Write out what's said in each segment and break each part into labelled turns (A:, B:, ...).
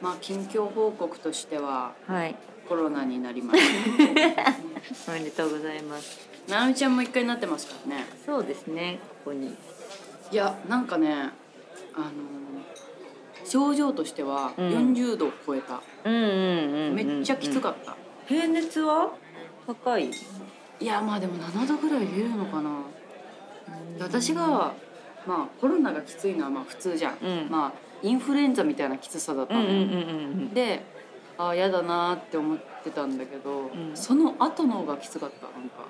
A: まあ近況報告としては
B: はい
A: コロナになりまし
B: おめでとうございます
A: たななみちゃんも一回なってますからね
B: そうですねここに
A: いやなんかねあのー症状としては
B: うん
A: 40度を超えた、
B: うんうんうん、うん、
A: めっちゃきつ
B: っ
A: かった、
B: た平熱は高い
A: いやまあでも7度ぐらい出るのかなで私がまあコロナがきついのはまあ普通じゃん、
B: うん
A: まあインフルエンザみたいなきつさだった
B: うん
A: の
B: うん
A: よ、
B: うんうん
A: でああやだなーって思ってたんだけど、
B: ん
A: その後の方がきつかったなんか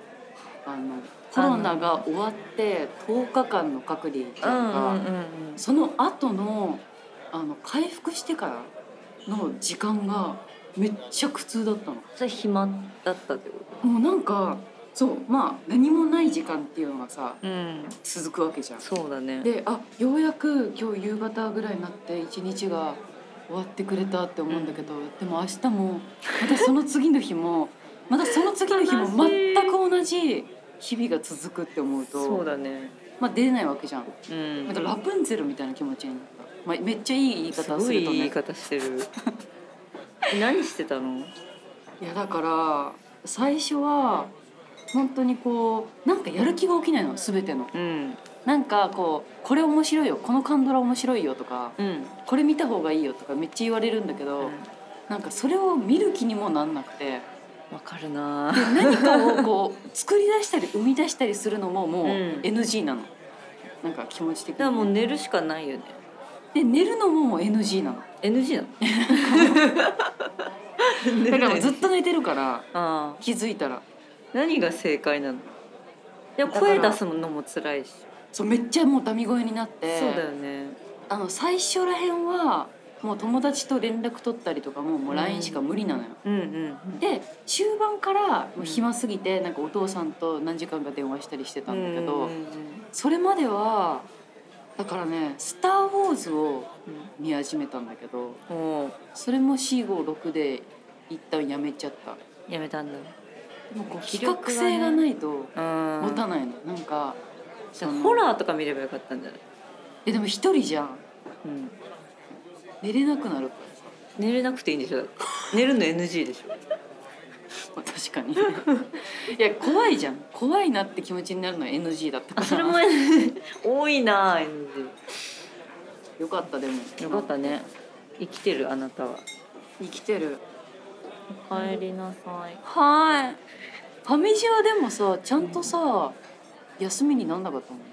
A: あのコロナが終わって10日間の隔離っていう
B: う
A: か、
B: んうんうんうん
A: その後のあの回復してからの時間がめっちゃ苦痛だったの
B: それ暇だったってこ
A: もうなんかそうまあ何もない時間っていうのがさ
B: とうん
A: 続くわけじゃん
B: そうだね
A: であようやく今日夕方ぐらいになって一日が終わってくれたって思うんだけど、でも明日もまたその次の日も またその次の日も
B: 悲しい
A: 全く同じ日々が続くって思う
B: そう
A: と
B: だね
A: まあ出れないわけじゃん、
B: うん
A: またラプンツェルみたいな気持ちになった、まあ、めっちゃいい言い
B: す
A: 方を
B: ご
A: す
B: い
A: ると
B: 言い
A: ね
B: 方 してる何してたの
A: いやだから最初は本当にこうなんかやる気が起きないの全ての
B: うん
A: なんかこうこれ面白いよこのカンドラ面白いよとか
B: うん
A: これ見た方がいいよとかめっちゃ言われるんだけど、
B: わ
A: なんかそれを見る気にもなんなくて
B: かる な
A: で何かをこう作り出したり生み出したりするのももううん NG なの、なんか気持ち的
B: だからもう
A: に、
B: 寝るしかないよ ね
A: で寝るのももう NG なの
B: NG なの
A: だからもうずっと寝てるから
B: ああ
A: 気づいたら
B: 何が正解なのでも
A: だから
B: 声出すのも辛いし、
A: そうめっちゃもうダミ声になって
B: そうだよね
A: あの最初らへんはもう友達と連絡取ったりとかももう LINE しか無理なのよ、
B: うんうん
A: で中盤からもう暇すぎてなんかお父さんと何時間か電話したりしてたんだけど、
B: うんうん
A: それまではだからね「スター・ウォーズ」を見始めたんだけど
B: うんも
A: それも456で一旦やめちゃった
B: うやめたんだ
A: もうこう
B: 気
A: 比
B: 力がね
A: 較性がないと
B: うん
A: 持たないの、なんか
B: じ
A: そ
B: ゃあ
A: の
B: ホラーとか見ればよかったんじゃない、
A: えでも一人じゃん
B: うん、
A: 寝れなくなるからさ
B: 寝れなくていいんでしょだって寝るの NG でしょ
A: まあ確 かにいや怖いじゃん怖いなって気持ちになるのは NG だったか
B: あ
A: ら
B: それも NG 多いなあ NG
A: よかったでも
B: よかったね生きてるあなたは
A: 生きてる
B: おかえりなさい
A: はいファミジはでもさちゃんとさ休みになんなかったもんね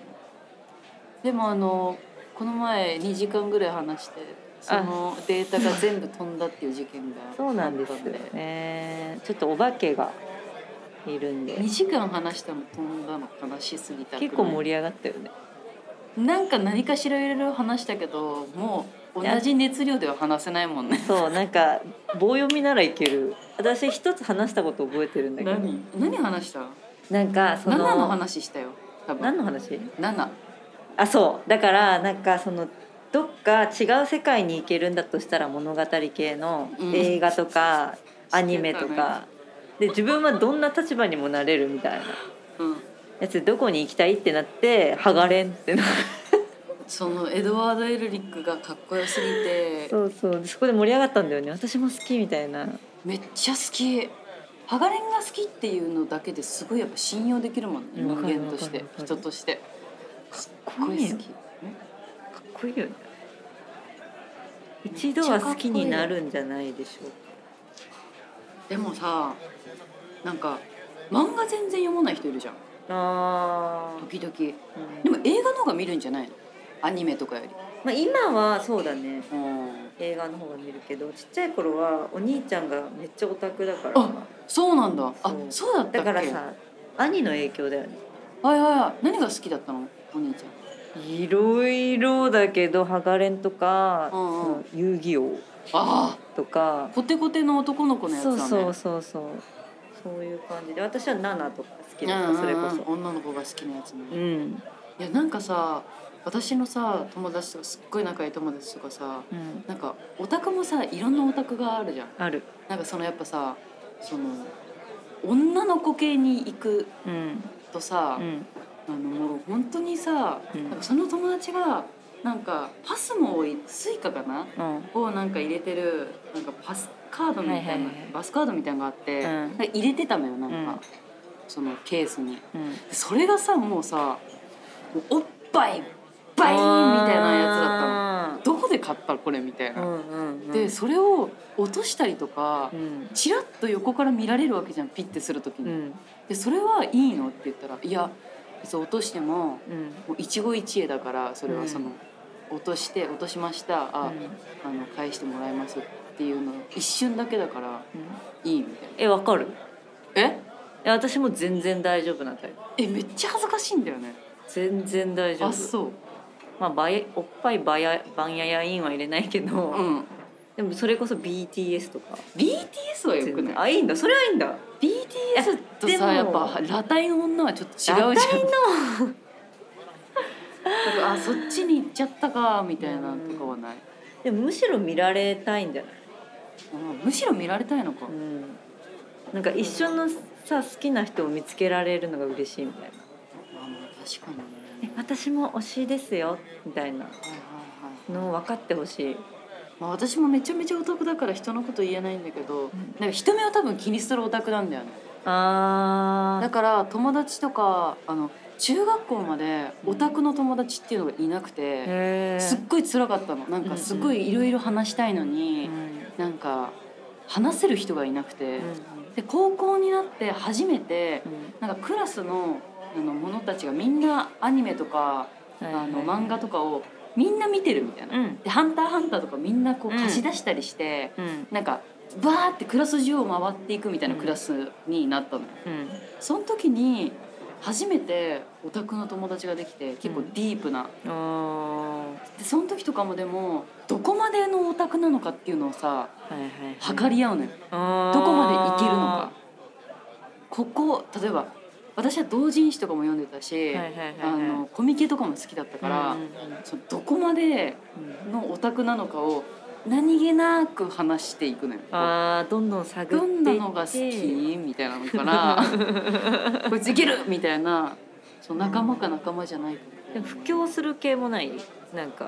A: でもあのこの前2時間ぐらい話してそのデータが全部飛んだっていう事件が
B: そうなんです
A: あったん
B: ねちょっとお化けがいるんで
A: 2時間話しても飛んだの悲しすぎたくない
B: 結構盛り上がったよね
A: なんか何かしらいろいろ話したけどもう同じ熱量では話せないもんね
B: そうなんか棒読みならいける私一つ話したこと覚えてるんだけど
A: 何話した
B: なんかその
A: ?7 の話したよ多
B: 何
A: 分
B: の話
A: 7
B: あそうだからなんかそのどっか違う世界に行けるんだとしたら物語系の
A: うん
B: 映画とかアニメと
A: してた
B: か、で自分はどんな立場にもなれるみたいな
A: うん
B: やつでどこに行きたいってなって「はがれん」ってな
A: そのエドワード・エルリックがかっこよすぎて
B: そうそうでそこで盛り上がったんだよね私も好きみたいな
A: めっちゃ好きハガレンが好きっていうのだけですごいやっぱ信用できるもんね
B: うんわかる
A: 人間として
B: わかるわか
A: 人
B: る
A: として
B: かっ
A: すごい好き
B: よかっこいいよね一度は好きになるんじゃないでしょうか
A: でもさなんか漫画全然読まない人いるじゃん
B: あ
A: 時々
B: あ、うん
A: でも映画の方が見るんじゃないのアニメとかより
B: まあ、今はそうだね
A: うん
B: 映画の方が見るけどちっちゃい頃はお兄ちゃんがめっちゃオタクだから
A: あそうなんだあ
B: そう
A: そうだったっけ
B: だからさ兄の影響だよね
A: はいはいはい何が好きだったのお兄ちゃん
B: いろいろだけど「ハガレン」とか
A: うんうん
B: 「遊戯王
A: あ」
B: とか
A: あコテコテの男の子のやつだ
B: そ
A: ね
B: うそうそうそうそういう感じで私は「ナナ」とか好きだったそれこ
A: うんうんう
B: そ。
A: ん女の子が好きなやつね、
B: うん
A: いやなんかさ私のさ友達とかすっごい仲いい友達とかさ
B: うん、
A: なんかオタクもさいろんなオタクがあるじゃん
B: ある、
A: なんかそのやっぱさその女の子系に行く
B: うん
A: とさ、
B: うん
A: あのもう本当にさ、
B: うん
A: なんかその友達がなんかパスも多いスイカかな
B: うん
A: をなんか入れてるなんかパスカードみたいな、
B: はいはいはい
A: バスカードみたいなのがあって、
B: うん
A: なんか入れてたのよなんか、
B: うん
A: そのケースに
B: うん
A: それがさもうさもうおっぱいバイーンみたいなやつだったのどこで買ったこれみたいな、
B: うんうんうん
A: でそれを落としたりとか、
B: うん
A: チラッと横から見られるわけじゃんピッてする時
B: う
A: に、
B: ん
A: でそれはいいのって言ったらいや別に落としても
B: うん
A: もう一期一会だからそれ
B: う
A: は
B: ん
A: その、落として落としましたあ、あの返してもらいますっていうの一瞬だけだから
B: うん
A: いいみたい
B: えわかる
A: なえ
B: いや私も全然大丈夫なタイプ
A: えめっちゃ恥ずかしいんだよね
B: 全然大丈
A: あ
B: 夫
A: そ
B: まあばやおっぱいばやばんややインは入れないけど、
A: ううん
B: でもそれこそ BTS とか
A: BTS はよくない
B: あいいんだそれはいいんだ
A: BTS と
B: でも
A: さやっぱ裸体の女はちょっと違うじゃん
B: 裸体
A: だからあそっちに行っちゃったかみたいなとかはない、
B: でもむしろ見られたいんじゃない、
A: うんむしろ見られたいのか、
B: うん、なんか一緒のさ好きな人を見つけられるのが嬉しいみたいな
A: あまあ確か
B: 「
A: に
B: え
A: ね
B: 私も推しですよ」みたいな
A: はいはいはい
B: のを分かってほしい
A: まあ、私もめちゃめちゃオタクだから人のこと言えないんだけど、
B: ん
A: なんか人目を多分気にするオタクなんだよね
B: あ
A: だ
B: ー
A: から友達とかあの中学校までオタクの友達っていうのがいなくて、
B: へ
A: すっごい辛かったのなんかすごいいろいろ話したいのに、なんか話せる人がいなくて、で高校になって初めてなんかクラスのあの者たちがみんなアニメとか、あの漫画と
B: か
A: かをみんな見てるみたいな。
B: うん
A: で「ハンターハンター」とかみんなこう
B: うん
A: 貸し出したりして、
B: うん
A: なんかバーってクラス中を回っていくみたいなクラスになったのよ。
B: うん
A: その時に初めてオタクの友達ができて結構ディープな、
B: あ
A: でその時とかもでもどこまでのオタクなのかっていうのをさ
B: ーはいはいはい
A: 測り合うのよ、
B: あー
A: どこまでいけるのかここ例えば私は同人誌とかも読んでたし、
B: はいはいはいはい
A: あのコミケとかも好きだったから、
B: うん
A: そのどこまで
B: うんうん
A: のオタクなのかを何気なく話していくのよ。
B: あーどんどん探っていっ
A: ど
B: て
A: んなのが好きみたいなのから こいついけるみたいなそう仲間か仲間じゃないかみた
B: で
A: い
B: も
A: な
B: 布教する系もないなんか
A: い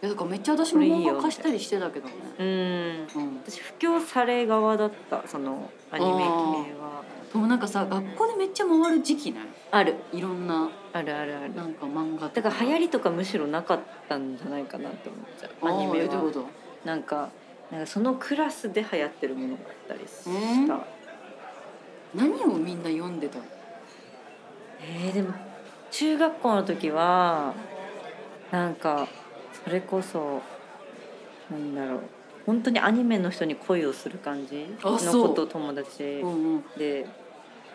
A: やだからめっちゃ私も漫画貸したりしてたけどね
B: うん
A: うん、
B: 私布教され側だったそのアニメ系は
A: でもなんかさ学校でめっちゃ回る時期ない
B: ある
A: いろんな
B: あるあるある
A: なんか漫画
B: だから流行
A: り
B: りとかむしろなかったんじゃないかなって思っちゃう
A: ア
B: ア
A: ニ
B: ニ
A: メ
B: メ
A: ってこ
B: は
A: と
B: なんかなんかそのクラスで流行ってるものがあったり
A: う
B: し
A: ん
B: た
A: 何をみんな読んでたの
B: えー、でも中学校の時はなんかそれこそなんだろう本当にアニメの人に恋をする感じ
A: あ
B: の
A: そう
B: ことを友達
A: うんうん
B: で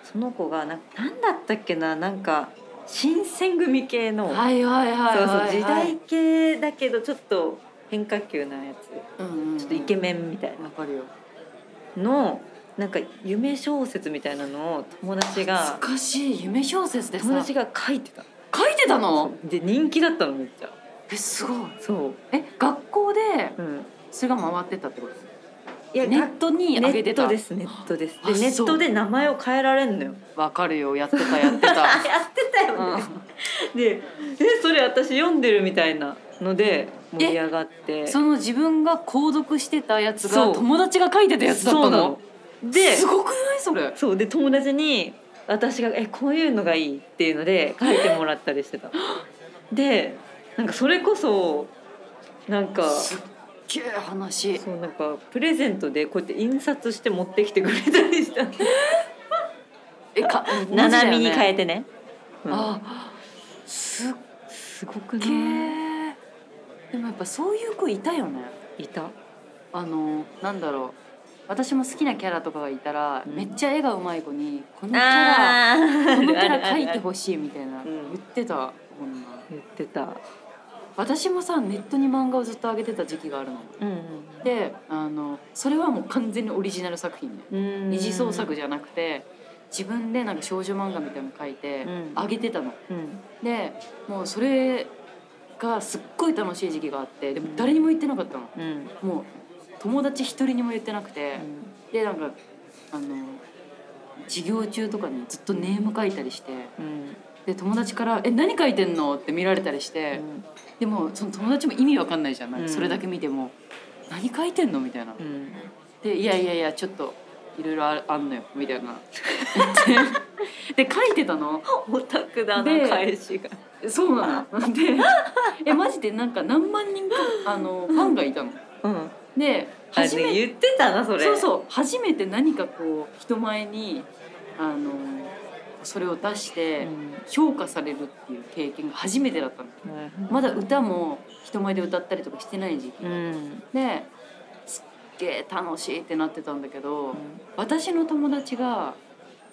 B: その子がなんなんだったっけななんか新選組系の、
A: はいはいはい
B: そ
A: は
B: う
A: い、
B: そう
A: はい、
B: 時代系だけどちょっと変化球なや
A: うんうんうん
B: つちょっとイケメンみたい
A: わかるよ
B: なのなんか夢小説みたいなのを友達が
A: 懐かしい夢小説でさ
B: 友
A: 書い
B: 達が書いてた
A: てたの
B: で人気だったのめっちゃ
A: えすごい
B: そう
A: え学校で
B: うん、
A: それが回ってたってこと
B: いや
A: ネ
B: ネ
A: ットに上げ
B: ッ
A: て
B: ト
A: た
B: ですネットです
A: あ
B: でネ
A: そ
B: ッ
A: う
B: トで名前を変えられんのよ
A: わかるよやってたやってた、
B: あ やってたよ
A: う
B: ね、でえそれ私読んでるみたいなので盛り上がって
A: ん、 その自分が購読してたやつ
B: そ
A: が
B: う
A: 友達が書いてたやつだった
B: そう
A: の
B: なのです
A: ごくないそれ
B: そうで友達に私が「えこういうのがいい」っていうので書いてもらったりして たでなんかそれこそなんか
A: すっげえ話
B: そうなんかプレゼントでこうやって印刷して持ってきてくれた りした
A: え か
B: ななみに変え
A: て、
B: てね、うん
A: あすっ
B: すごく
A: げえでもやっぱそういう子いたよね
B: いた
A: あのなんだろう私も好きなキャラとかがいたら、
B: うん
A: めっちゃ絵がうまい子に「このキャラ
B: あー
A: このキャラ
B: あるあるある
A: 描いてほしい」みたいな
B: うん
A: 言ってたもんな
B: 言ってた
A: 私もさネットに漫画をずっと上げてた時期があるの
B: うん
A: であのそれはもう完全にオリジナル作品で、
B: うん
A: 二次創作じゃなくて自分でなんか少女漫画みたいなの書いて
B: うん
A: 上げてたの、
B: うん
A: でもうそれがすっごい楽しい時期があってでも誰にも言ってなかったの
B: うん
A: もう友達一人にも言ってなくて、でなんかあの授業中とかにずっとネーム書いたりして
B: うん
A: で友達から「え何書いてんの?」って見られたりして、でもその友達も意味わかんないじゃない、
B: うん
A: それだけ見ても「何書いてんの?」みたいな
B: う。ん
A: で「いやいやいやちょっといろいろああんのよ」みたいな。言ってで書いてたの
B: オタクだ
A: で
B: な返しが
A: そうなの。でえマジでなんか何万人かあのファンがいたの。
B: うん
A: で初
B: 初
A: め
B: め
A: て
B: 言ってたなそれ
A: そうそう初めて何かこう人前にあのそれを出し
B: う
A: て
B: ん
A: 評価されるっていう経験が初めてだったの。
B: はい
A: まだ歌も人前で歌ったりとかしてない時期
B: う。ん
A: ですっげえ楽しいってなってたんだけど私の友達が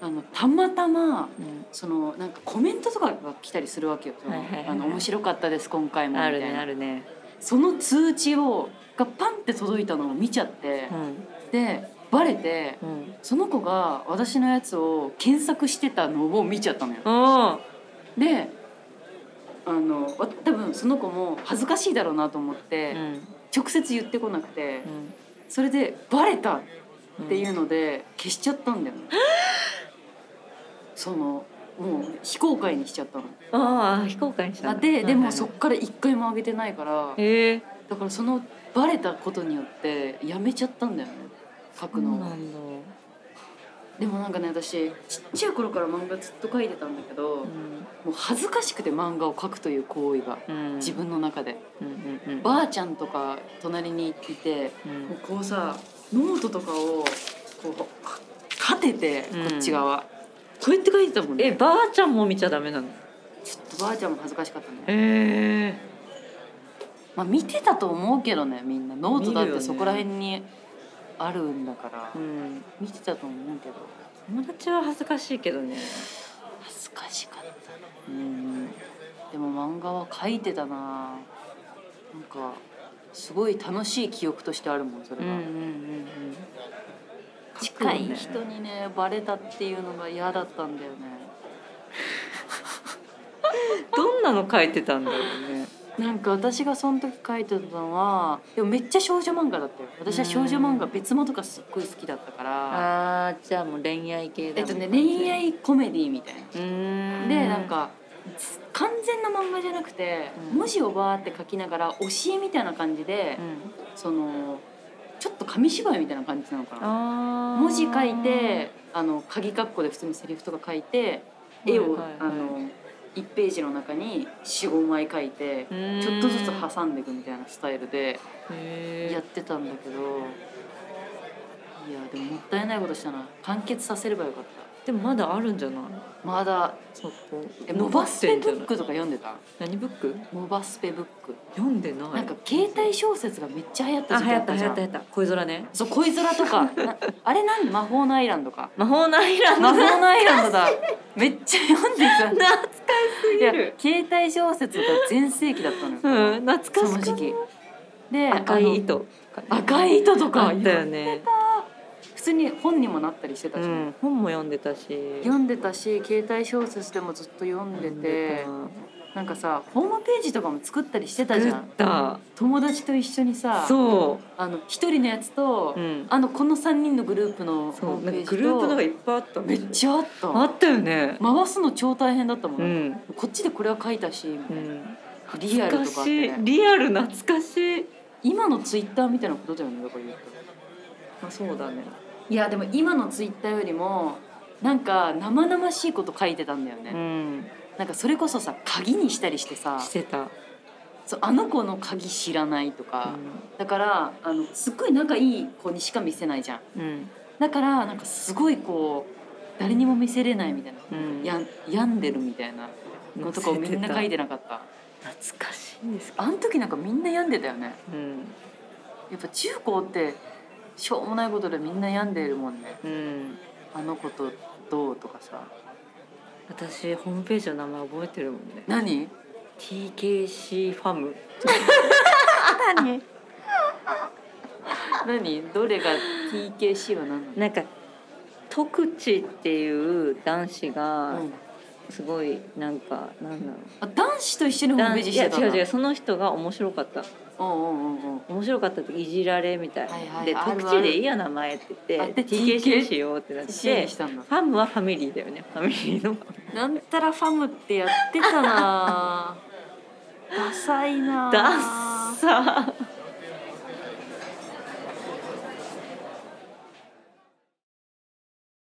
A: あのたまたま
B: うん
A: そのなんかコメントとかが来たりするわけよ「その
B: はいはいはい
A: あの面白かったです今回も」み
B: あ
A: た
B: る
A: い
B: ね
A: な、
B: あるね
A: その通知をがパンって届いたのを見ちゃって
B: う、ん
A: でバレて
B: うん
A: その子が私のやつを検索してたのを見ちゃったのよ。
B: おー
A: であのわ多分その子も恥ずかしいだろうなと思って、
B: うん
A: 直接言ってこなくて、
B: うん
A: それでバレた
B: うん
A: っていうので消しちゃったんだよね、そのもう非公開にしちゃったの
B: ああ非公開にした
A: あ
B: んだ
A: ででもそっ
B: っ
A: から一回も上げてないから
B: へえ
A: だからそのバレたことによってやめちゃったんだよね書
B: そ
A: く
B: う
A: のを、
B: なんだ
A: でもなんかね私ちっちゃい頃から漫画ずっと書いてたんだけど、もう恥ずかしくて漫画を書くという行為が
B: うん
A: 自分の中で、
B: うんうんうん
A: ばあちゃんとか隣にいて
B: うん
A: もうこうさノートとかをこうか立ててこ
B: うん
A: っち側、こうやって書いてたもん
B: え
A: ね
B: ばあちゃんも見ちゃダメなの
A: ちょっとばあちゃんも恥ずかしかったね、
B: へえ
A: まあ、見てたと思うけどねみんなノートだっ
B: 見る
A: て
B: よね
A: そこら辺にあるんだから、
B: うん
A: 見てたと思うけど
B: 友達は恥ずかしいけどね
A: 恥ずかしかったね
B: うん
A: でも漫画は書いてたななんかすごい楽しい記憶としてあるもんそれ
B: うんうん
A: が、
B: うんうん
A: 近い人にねバレたっていうのが嫌だったんだよね
B: どんなの書いてたんだろうね
A: なんか私がその時書いてたのはでもめっちゃ少女漫画だったよ私は少女漫画別物がすっごい好きだったから、
B: あーじゃあもう恋愛系だ
A: えっとね、恋愛コメディみたいな、
B: うーん
A: でなんか完全な漫画じゃなくて、
B: うん
A: 文字をバーって書きながら教えみたいな感じで、
B: うん
A: そのちょっと紙芝居みたいな感じなのかな
B: あー
A: 文字書いてあの鍵括弧で普通にセリフとか書いて絵を、
B: はいはいはい
A: あの1ページの中に45枚書いて
B: うーん
A: ちょっとずつ挟んでいくみたいなスタイルで
B: へー
A: やってたんだけどいやでももったいないことしたな完結させればよかっ
B: でもまだあるんじゃない
A: たまだ
B: そこ
A: えモバスペブッ
B: 残ってんじゃない
A: クとか読んでた
B: 何ブック
A: モバスペブック
B: 読んでない
A: なんか携帯小説がめっちゃ流行った
B: あ
A: 時
B: 流
A: 期
B: 行
A: あ
B: っ
A: ったた
B: 流
A: じ
B: 行
A: ゃ
B: っ
A: ん
B: た流行った恋空ね
A: そう恋空と かなあれなん魔法のアイランドか
B: 魔法のアイランド
A: 魔法のアイランドだめっちゃ読んでた
B: 懐かしす
A: い
B: ぎ
A: や
B: る
A: 携帯小説が全盛期だったのよ、
B: うん懐かし
A: その時期で
B: 赤
A: あの
B: い糸とかね
A: 赤い糸とか
B: あったよね
A: 普通に本にもなったりしてた
B: う
A: じゃん
B: ん本も読んでたし
A: 読んでたし携帯小説でもずっと読んでてなんかさホームページとかも作ったりしてたじ
B: 作
A: ゃ
B: っ
A: ん
B: た
A: 友達と一緒にさ
B: そ
A: あの一人のやつと、
B: ううん
A: あのこの3人のグループの
B: そ
A: ホー
B: う
A: ム
B: な
A: ペ
B: ん
A: ージ
B: かグ
A: と
B: ループのがいっぱいあったもん
A: めっちゃあっ
B: あ
A: た
B: ったよね
A: 回すの超大変だったもん、
B: うん
A: こっちでこれは書いたし、
B: うん
A: リアルとかあってね
B: 懐しいリアル懐かしい
A: 今のツイッターみたいなことだよねだから言うと
B: まあそうだね
A: いやでも今のツイッターよりもなんか生々しいこと書いてたんだよね、
B: うん
A: なんかそれこそさ鍵にしたりしてさ
B: してた
A: そうあの子の鍵知らないとか、だからあのすっごい仲いい子にしか見せないじゃん
B: うん
A: だからなんかすごいこう誰にも見せれないみたいな、
B: うん
A: やん病んでるみたいなのとかをみんな書いてなかった
B: 懐かしいんですけど
A: あの時なんかみんな病んでたよね
B: うん
A: やっぱ中高ってしょうもないことでみんな病んでるもんね
B: うん
A: あの子とどうとかさ
B: 私ホームページの名前覚えてるもんね
A: 何
B: TKC ファム
A: 何何どれが TKC は何なの
B: なんか徳地っていう男子が
A: うん
B: すごいなんかなんだろう
A: あ男子と一緒にホーム
B: だ
A: ペ
B: ん
A: ージ
B: い
A: し
B: や
A: てたな
B: 違う違うその人が面白かった
A: うんうんうんうん
B: 面白かったっていじられみたい、
A: はいはい
B: で
A: ある
B: 特
A: ある
B: 地でいいや名前って言
A: あ
B: って
A: で
B: TKC しようってなっ
A: 支援
B: て
A: し。たんだ
B: ファムはファミリーだよね。ファミリーのファミリ
A: なんたらファムって やってたなダサいな
B: ー。ダッサー。